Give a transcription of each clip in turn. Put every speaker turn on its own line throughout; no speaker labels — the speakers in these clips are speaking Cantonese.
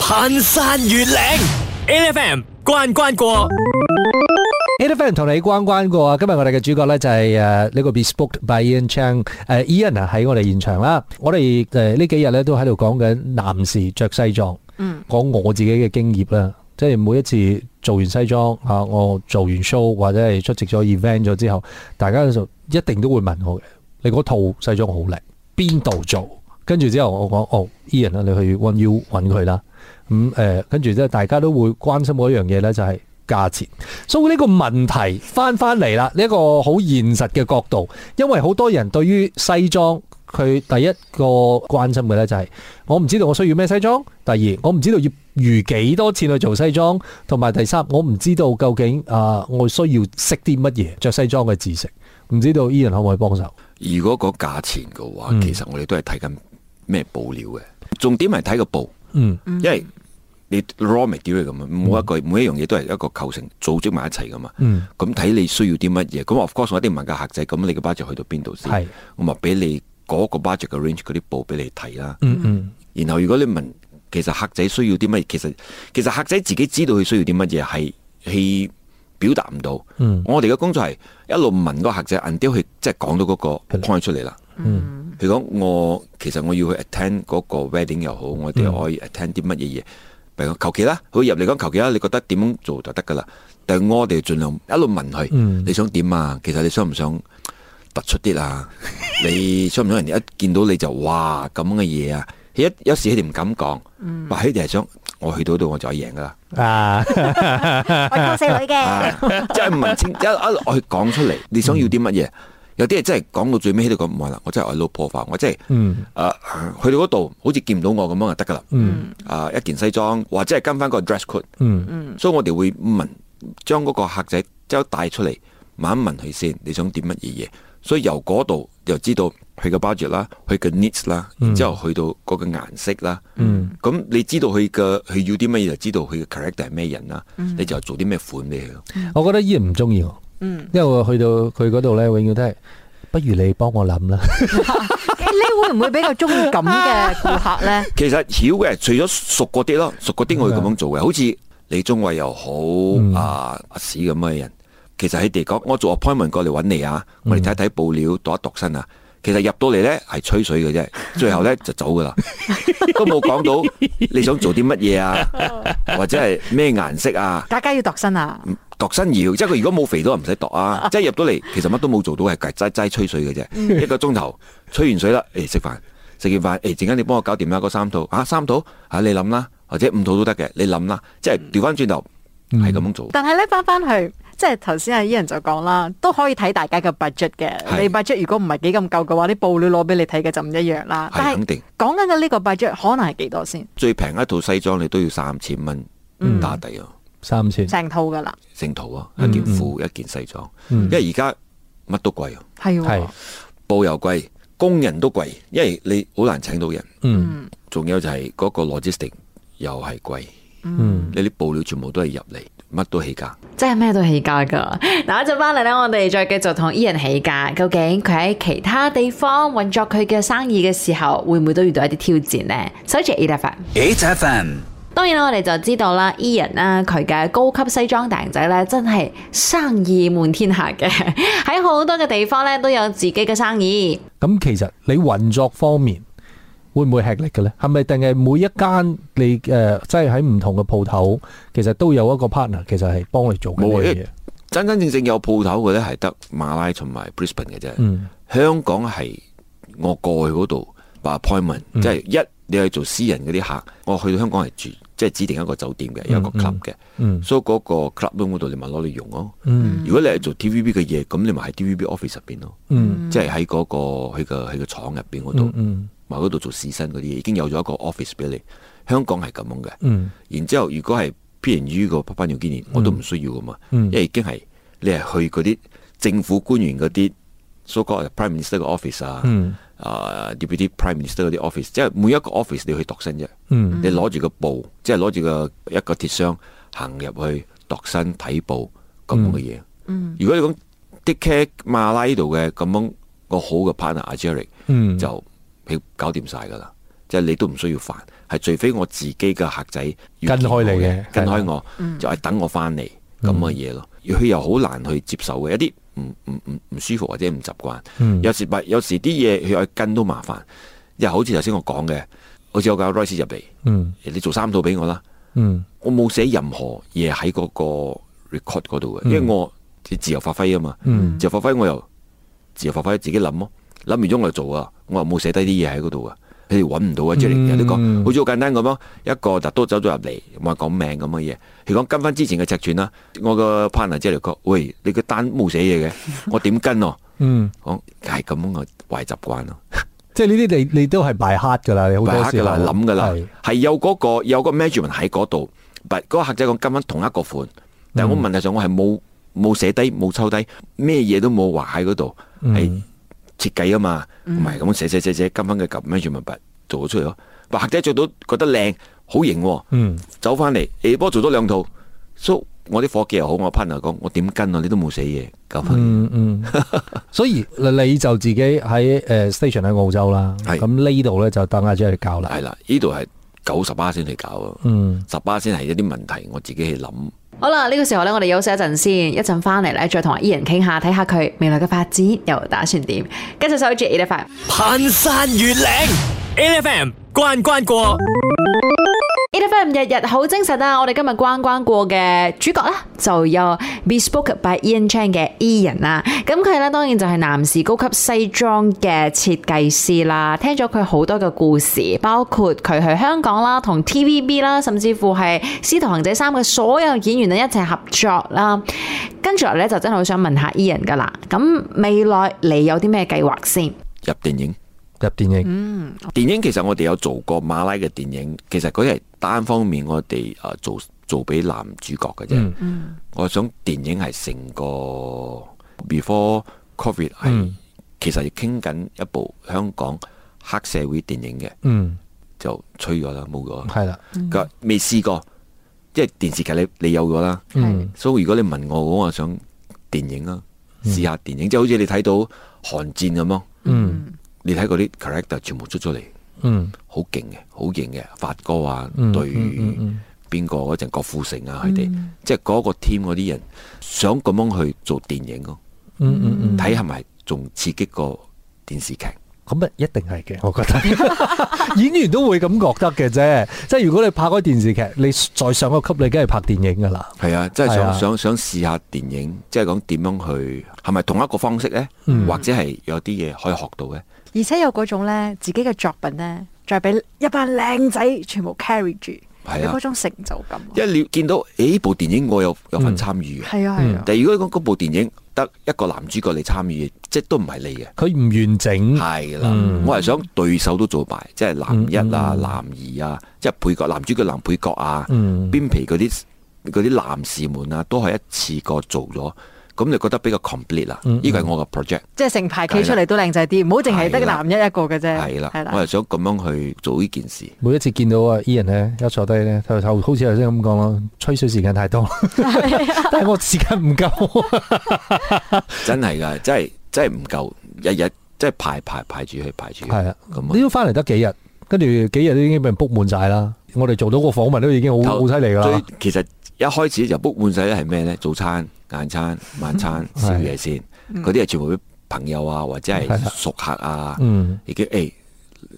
攀山越嶺，8FM 關關過。
a d f a n 同你關關過啊！今日我哋嘅主角咧就係誒呢個 Bespoke by Ian Chang 誒、Ian 啊喺我哋現場啦。我哋誒呢幾日咧都喺度講緊男士着西裝，
嗯，
講我自己嘅經驗啦。即係每一次做完西裝啊，我做完 show 或者係出席咗 event 咗之後，大家就一定都會問我嘅：你嗰套西裝好靚，邊度做？跟住之後我講哦，Ian 啊，你去 One U 揾佢啦。咁、誒，跟住之後大家都會關心嗰一樣嘢咧，就係價錢。所以呢個問題翻翻嚟啦，呢一個好現實嘅角度，因為好多人對於西裝，佢第一個關心嘅呢就係、我唔知道我需要咩西裝；第二，我唔知道要預幾多錢去做西裝；同埋第三，我唔知道究竟啊、我需要識啲乜嘢着西裝嘅知識，唔知道 Ian 可唔可以幫手？
如果個價錢嘅話，
嗯
其實我哋都係睇緊咩布料嘅，重點係睇個布，
嗯
因為你 raw material 咁啊，每一個每一樣嘢都係一個構成組織埋一齊噶嘛。
嗯，
咁睇你需要啲乜嘢，咁 of course 我一定問個客仔，咁你嘅 budget 去到邊度先？
係
我咪俾你嗰個 budget 嘅 range 嗰啲布俾你睇啦。
嗯嗯
然後如果你問，其實客仔需要啲乜嘢？其實其實客仔自己知道佢需要啲乜嘢，係係表達唔到。
嗯
我哋嘅工作係一路問個客仔 u n 佢即係講到嗰個 point 出嚟啦。
嗯
佢講我其實我要去 attend 嗰個 wedding 又好，我
嗯
哋可以 attend 啲乜嘢嘢，譬如講求其啦，佢入嚟講求其啦，你覺得點樣做就得噶啦。但係我哋盡量一路問佢，
嗯
你想點啊？其實你想唔想突出 啲啊？你想唔想人哋一見到你就哇咁嘅嘢啊？佢一有時佢哋唔敢講，
嗯
但佢哋係想我去到度我就可以贏噶啦。
啊，
我溝死 女嘅，
啊即係 文青一一路去講出嚟，你想要啲乜
嗯
嘢？有啲人真係講到最尾喺度講唔係啦，我真係我老破化，我真係誒、
嗯
啊去到嗰度好似見唔到我咁樣就得噶啦。
嗯
啊一件西裝或者係跟翻個 dress code，
嗯
所以我哋會問將嗰個客仔即係帶出嚟，問一問佢先，你想點乜嘢嘢？所以由嗰度又知道佢嘅 budget 啦，佢嘅 needs 啦，然之後去到嗰個顏色啦。
嗯
咁你知道佢嘅佢要啲乜嘢，就知道佢嘅 character 係咩人啦，你就做啲咩款俾佢咯。
我覺得 Ian 唔中意我，
嗯，
因為我去到佢嗰度呢，永遠都係不如你幫我諗啦。
你會唔會比較中意咁嘅顧客 咧？
其實曉嘅，除咗熟嗰啲咯，熟嗰啲我會咁樣做嘅，好似李宗偉又好、啊阿史咁嘅人，其實佢哋講我做 appointment 過嚟揾你啊，我哋睇睇布料，度一度身啊。其實入到嚟呢係吹水嘅啫，最後呢就走噶啦，都冇講到你想做啲乜嘢啊，或者係咩顏色啊，
家家要度身啊，
度身搖，即係佢如果冇肥到唔使度啊，即係入到嚟其實乜都冇做到，係齋齋吹水嘅啫，一個鐘頭吹完水啦，誒食飯，食完飯誒陣間你幫我搞掂啦嗰三套啊三套啊你諗啦，或者五套都得嘅，你諗啦，即係調翻轉頭
嗯
係咁樣做，
但係咧翻翻去。即係頭先阿 Ian 就講啦，都可以睇大家嘅 budget 嘅。
係
你 budget 如果唔係幾咁夠嘅話，啲布料攞俾你睇嘅就唔一樣啦。但
係肯
係
定
講緊嘅呢個 budget 可能係幾多先？
最平一套西裝你都要三千蚊
嗯
打底啊，
三千，
成套㗎啦，
成套啊，一
嗯
件褲一件西裝，
嗯
因為而家乜都貴啊，
係
係
喎，
布又貴，工人都貴，因為你好難請到人。
嗯
仲有就係嗰個 logistic 又係貴，
嗯
你啲布料全部都係入嚟，乜都起價。
即係咩都起價㗎。 嗱，一陣翻嚟咧，我哋再繼續同 Ian 起價。究竟佢喺其他地方運作佢嘅生意嘅時候，會唔會都遇到一啲挑戰呢？守住 e d f
8FM
當然啦，我哋就知道啦，Ian 啦，佢嘅高級西裝訂仔咧，真係生意滿天下嘅， 喺好多嘅地方咧都有自己嘅生意。
咁其實你運作方面會唔會吃力嘅咧？係咪定係每一間你誒、呃即係喺唔同嘅鋪頭，其實都有一個 partner，其實係幫你做緊
冇啊
呢
因
樣嘢
為。真真正正有鋪頭嘅呢，係得馬拉同埋 Brisbane 嘅啫。
嗯
香港係我過去嗰度話 appointment，、
嗯
即係一你係做私人嗰啲客，我去到香港係住即係指定一個酒店嘅，有一個
嗯
club 嘅，
嗯
所以嗰個 club room 嗰度你咪攞嚟用咯。
嗯
如果你係做 TVB 嘅嘢，咁你咪喺 TVB office 入邊咯，
嗯
即係喺嗰個佢個佢個廠入邊嗰度
嗯，嗯
咪嗰度做試身嗰啲嘢，已經有咗一個 office 俾你。香港係咁樣嘅。
嗯
然之後，如果係 P&U 個 p a p a n e w g u i n e 我都唔需要噶嘛，
嗯
因為已經係你係去嗰啲政府官員嗰啲 so called prime minister 嘅 office 啊，
嗯
啊 deputy prime minister 嗰啲 office，即係每一個 office 你去度身啫，
嗯
你攞住個布，即係攞住個一個鐵箱行入去度身睇布咁樣嘅嘢。如果你講 take care 馬拉呢度嘅咁樣個好嘅 partner a j e r i c
嗯
就佢搞掂晒噶啦。即係你都唔需要煩，係除非我自己嘅客仔要
跟開
見我
你嘅
跟
係
開
啦
我，就係等我翻嚟咁嘅嘢咯。佢又好難去接受嘅，一啲唔唔唔唔舒服或者唔習慣。
嗯
有時咪有時啲嘢佢去跟都麻煩，又好似頭先我講嘅，好似我教 Rice 入嚟，
嗯
你做三套俾我啦。
嗯
我冇寫任何嘢喺嗰個 record 嗰度嘅，因為我自由發揮啊嘛，自由發揮我又自由發揮自己諗咯，諗完咗我就做啊，我又冇寫低啲嘢喺嗰度啊，佢哋揾唔到啊，即係人哋都講，好似好簡單咁咯，一個特都走咗入嚟，我講命咁嘅嘢，佢講跟翻之前嘅尺寸啦，我個 partner 即係嚟講，喂，你個單冇寫嘢嘅，我點跟啊？
嗯，
講係咁樣嘅壞習慣咯。
即係呢啲你你都係 by heart 噶啦，你好
白
多
黑
時
噶啦，
候
諗噶啦
係，
係有嗰、個有個 measurement 喺嗰度，但嗰個客仔講今晚同一個款，
嗯
但係我問題上我係冇冇寫低冇抽低，咩嘢都冇畫喺嗰度，
嗯
係設計啊嘛，唔係咁寫寫寫寫今晚嘅咁 measurement 白做咗出嚟咯，白客仔着到覺得靚好型喎，
嗯
走翻嚟，誒幫我做咗兩套，so 我啲伙計又好，我 partner 講我點跟啊，你都冇寫嘢，咁樣
嗯嗯， 所以你就自己喺誒 station 喺澳洲啦，
係
咁呢度咧就等阿 Jerry 教啦，
係啦，呢度係九十巴先去搞啊，
嗯
十巴先係一啲問題，我自己去諗。
好啦，呢、個時候咧，我哋休息一陣先，一陣翻嚟咧，再同阿 Ian 傾下，睇下佢未來嘅發展又打算點。跟住收住 e i
攀山越嶺，8FM 關關過。
e f m 日日好精神啊！我哋今日關關過嘅主角啦，就有 Bespoke by Ian Chan 嘅 Ian 啦。咁佢咧當然就係男士高級西裝嘅設計師啦。聽咗佢好多嘅故事，包括佢去香港啦，同 TVB 啦，甚至乎係《司徒行者三》嘅所有演員咧一齊合作啦。跟住落嚟咧就真係好想問下 Ian 噶啦。咁未來你有啲咩計劃先？
入電影。
入電
嗯
影，
電影其實我哋有做過馬拉嘅電影，其實嗰啲係單方面我哋誒做做俾男主角嘅啫。我想電影係成個 before covid 係、其實傾緊一部香港黑社會電影嘅，
嗯
就吹咗啦，冇咗。
係啦，
佢話未試過，即係電視劇你你有咗啦。
嗯
所以如果你問我，我話想電影啊，試下電影，即係好似你睇到《寒戰》咁咯。
嗯
你睇嗰啲 character 全部出咗嚟。
嗯
好勁嘅，好型嘅發哥啊，
嗯
對
嗯嗯
邊個嗰陣郭富城啊，佢哋即係嗰個 team 嗰啲人想咁樣去做電影咯，
嗯嗯嗯，
睇係咪仲刺激過電視劇？
咁啊一定係嘅，我覺得 演員都會咁覺得嘅啫，即係如果你拍開電視劇，你再上個級，你梗係拍電影噶啦，
係啊，即係
係啊
想想想試下電影，即係講點樣去係咪同一個方式呢？
嗯
或者係有啲嘢可以學到呢？
而且有嗰種咧，自己嘅作品咧，再俾一班靚仔全部 carry 住，
係啊嗯
有嗰種成就感。
因為你見到誒部電影我有有
嗯
份參與嘅，
係啊係啊，
但係如果講嗰部電影得一個男主角你參與，即係都唔係你嘅。
佢唔完整，
係啦，
嗯
我係想對手都做埋，即係男一啊、男二啊，即係配角、男主角、男配角啊，
嗯
邊皮嗰啲嗰啲男士們啊，都係一次過做咗，咁就覺得比較 complete 啦。
嗯
呢個係我嘅 project，
即係成排企出嚟都靚仔啲，唔好淨係得
係啦
男一一個嘅啫。
係啦
係，
我係
啦，
想咁樣去做呢件事。
每一次見到啊 Ian 咧，一坐低咧，就就好似頭先咁講咯，吹水時間太多， 但係我時間唔夠。
真係㗎，真係真係唔夠，日日即係排排排住去排住去。
係啊，
咁
你
啊
都翻嚟得幾日，跟住幾日都已經俾人 book 滿晒啦。我哋做到個訪問都已經好好犀利㗎啦。
最其實一開始就 book 滿晒咧係咩呢？早餐、晏餐、
嗯
晚餐、宵夜先，嗰啲係全部俾朋友啊，或者
係
係
啦
熟客啊。
嗯
已經誒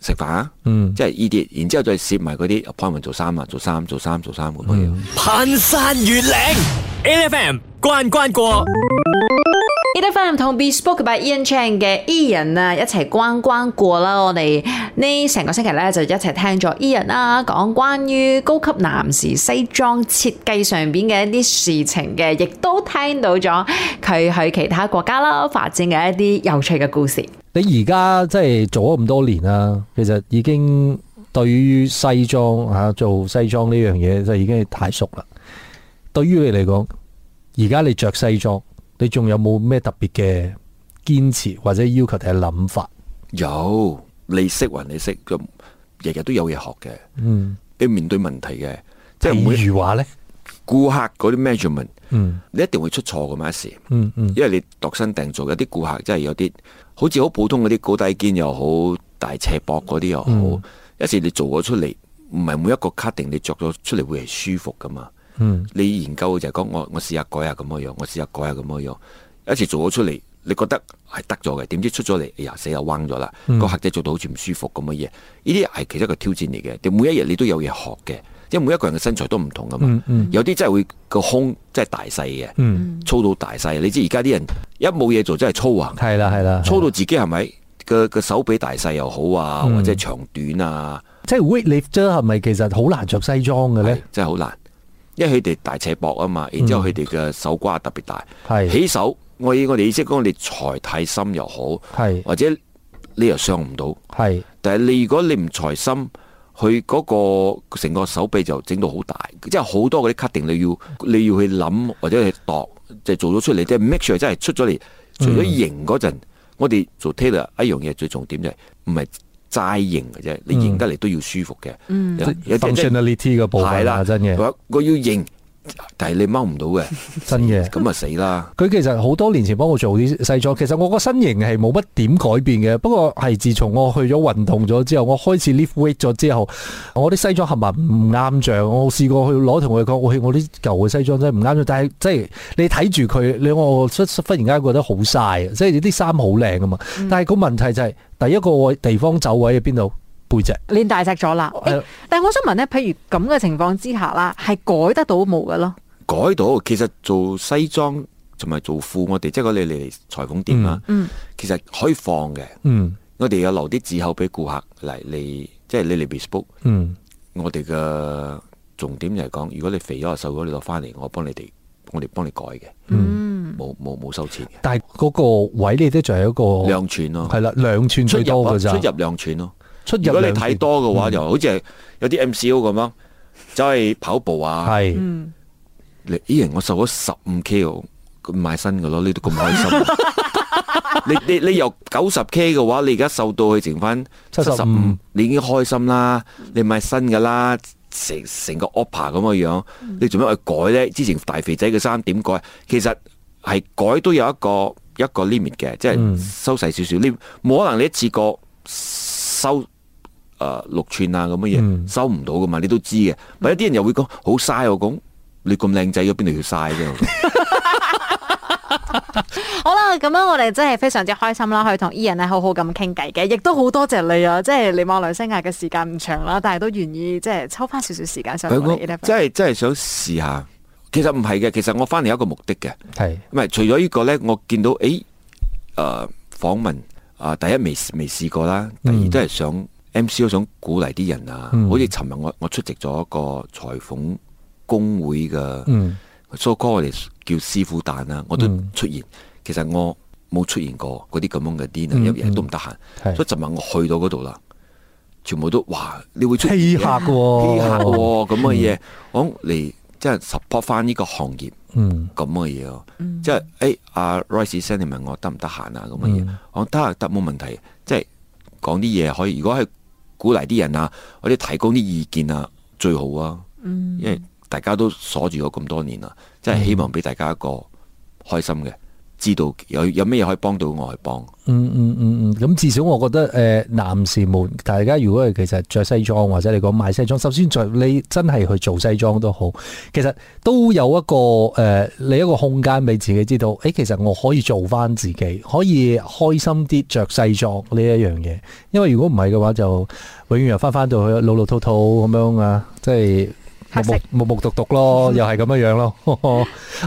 食飯啊，
嗯，
即係呢啲，然之後再攝埋嗰啲 appointment 做衫啊，做衫做衫做衫咁樣。
嗯
攀山越嶺，8FM 關關過。
e d f m 同 Bespoke by Ian Chan 嘅 Ian 啊，一齊關關過啦！我哋呢成個星期咧就一齊聽咗 Ian 啦，講關於高級男士西裝設計上邊嘅一啲事情嘅，亦都聽到咗佢去其他國家啦發展嘅一啲有趣嘅故事。
你而家即係做咗咁多年啦，其實已經對於西裝嚇、啊做西裝呢樣嘢就已經係太熟啦。對於你嚟講，而家你着西裝，你仲有冇咩特別嘅堅持或者要求定係諗法？
有你識還你識，咁日日都有嘢學嘅。
嗯，
你面對問題嘅，即係每
譬如話咧，
顧客嗰啲 measurement，
嗯
你一定會出錯嘅嘛一時，
嗯嗯
因為你度身訂造，有啲
嗯
顧客真係有啲好似好普通嗰啲高低肩又好，大斜膊嗰啲又好，有時你做咗出嚟，唔係每一個 cutting 你着咗出嚟會係舒服噶嘛。
嗯
你研究就係講我我試下改下咁嘅樣，我試下改下咁嘅樣，有時做咗出嚟，你覺得係得咗嘅，點知出咗嚟，哎呀死啦彎咗啦，個客仔做到好似唔舒服咁嘅嘢，呢啲係其中一個挑戰嚟嘅。你每一日你都有嘢學嘅，因為每一個人嘅身材都唔同噶嘛，有啲真係會個胸真係大細嘅，粗到大細。你知而家啲人一冇嘢做真係粗啊！
係啦係啦，
操到自己係咪個個手臂大細又好啊，或者係長短啊，
即係 weightlifter 係咪其實好難着西裝嘅
係
咧？
真係好難，因為佢哋大赤膊啊嘛，然之後佢哋嘅手瓜特別大，
嗯係
起手我以我哋意思講，你財太深又好，
係
或者你又上唔到，
係
但係你如果你唔財深。佢嗰個成個手臂就整到好大，即係好多嗰啲 cutting 你要你要去諗或者去度，即係做咗出嚟，即係 make sure 真係出
嗯
咗嚟。除咗型嗰陣，我哋做 tailor 一樣嘢最重點就係唔係齋型嘅啫，你型得嚟都要舒服嘅。
嗯
有有啲人真係
functionality 嘅部
係
分啦，
啦，
真嘅
我我要型，但係你踎唔到 嘅，
真嘅。
咁啊死啦！
佢其實好多年前幫我做啲西裝，其實我個身形係冇乜點改變嘅。不過係自從我去咗運動咗之後，我開始 lift weight 咗之後，我啲西裝合埋唔啱着。我試過去攞同佢講，我我啲舊嘅西裝真係唔啱着。但係即係你睇住佢，你我忽忽然間覺得好晒，即係啲衫好靚啊嘛。但係個問題就係、第一個地方走位喺邊度？背脊。
練大隻咗啦。
係
誒但係我想問咧，譬如咁嘅情況之下啦，係改得到冇嘅咯。
改到其實做西裝同埋做褲，我哋即係嗰啲嚟裁縫店啦，其實可以放嘅。
嗯
我哋有留啲字口俾顧客嚟，你即係你嚟 bespoke。
嗯
我哋嘅重點就係講，如果你肥咗又瘦咗，你攞翻嚟，我幫你哋，我哋幫你改嘅。嗯，冇冇冇收錢嘅，
但係嗰個位你都仲有一個
兩寸咯，
係啦，兩寸
出
最
入
多
啊
㗎
出
咋。
入兩寸咯。
出入嗯
如果你
兩寸
睇多嘅話，就好似係有啲 MCO 咁樣，走去跑步啊。
係。
你依然我瘦咗十五 K 喎，咁買新嘅咯，你都咁開心啊。你你你由九十 K 嘅話，你而家瘦到去剩翻
75，
你已經開心啦。你買新嘅啦，成成個 OPPA 咁嘅樣，你做咩去改呢？之前大肥仔嘅衫點改？其實係改都有一個一個 limit 嘅，即係收細少少。你冇可能你一次過收。誒、六寸啊咁嘅嘢收唔到噶嘛，你都知嘅。咪有啲人又會講好嘥啊我講，你咁靚仔，有邊度要嘥啫？我講
好啦，咁樣我哋真係非常之開心啦，可以同 Ian 咧好好咁傾偈嘅，亦都好多謝你啊！即係你望來西亞嘅時間唔長啦，但係都願意即係抽翻少少時間上
佢
嚟
講真係真係想試下。其實唔係嘅，其實我翻嚟有一個目的嘅，
係
唔係除咗呢個呢，我見到誒誒訪問啊、第一未未試過啦，
嗯
第二都係想 MCO 想鼓勵啲人啊，好似尋日我我出席咗一個裁縫工會嘅
嗯
so call 我哋叫師傅誕啦，我都出現。其實我冇出現過嗰啲咁樣嘅 dinner，有日都唔得閒，
嗯係
所以尋日我去到嗰度啦，全部都哇，你會出現
欺
嘅
客喎，哦
欺客喎咁嘅嘢，我諗嚟即係 support 翻呢個行業
嗯
咁嘅嘢咯。即係誒，阿 Rice send 你問我得唔得閒啊咁嘅嘢，我講得啊得冇問題，即係講啲嘢可以，如果係鼓勵啲人啊，或者提供啲意見啊，最好啊，因為大家都鎖住咗咁多年啦，即係希望俾大家一個開心嘅，知道有有咩嘢可以幫到我去幫。
嗯嗯嗯嗯，咁至少我覺得誒、呃男士們，大家如果係其實着西裝或者你講買西裝，首先着你真係去做西裝都好，其實都有一個誒、呃你一個空間俾自己知道，誒、其實我可以做翻自己，可以開心啲着西裝呢一樣嘢，因為如果唔係嘅話就永遠又翻翻到去老老套套咁樣啊，即係。
黑色
目目獨獨咯，又係咁樣樣咯。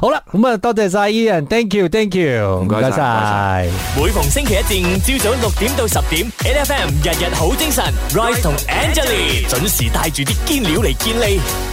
好啦，咁啊，多謝晒 Ian，thank you，thank you，
唔該晒唔該晒
晒。
每逢星期一至五朝早六點到十點，N F M 日日好精神，Rise 同 Angelie 準時帶住啲堅料嚟健利。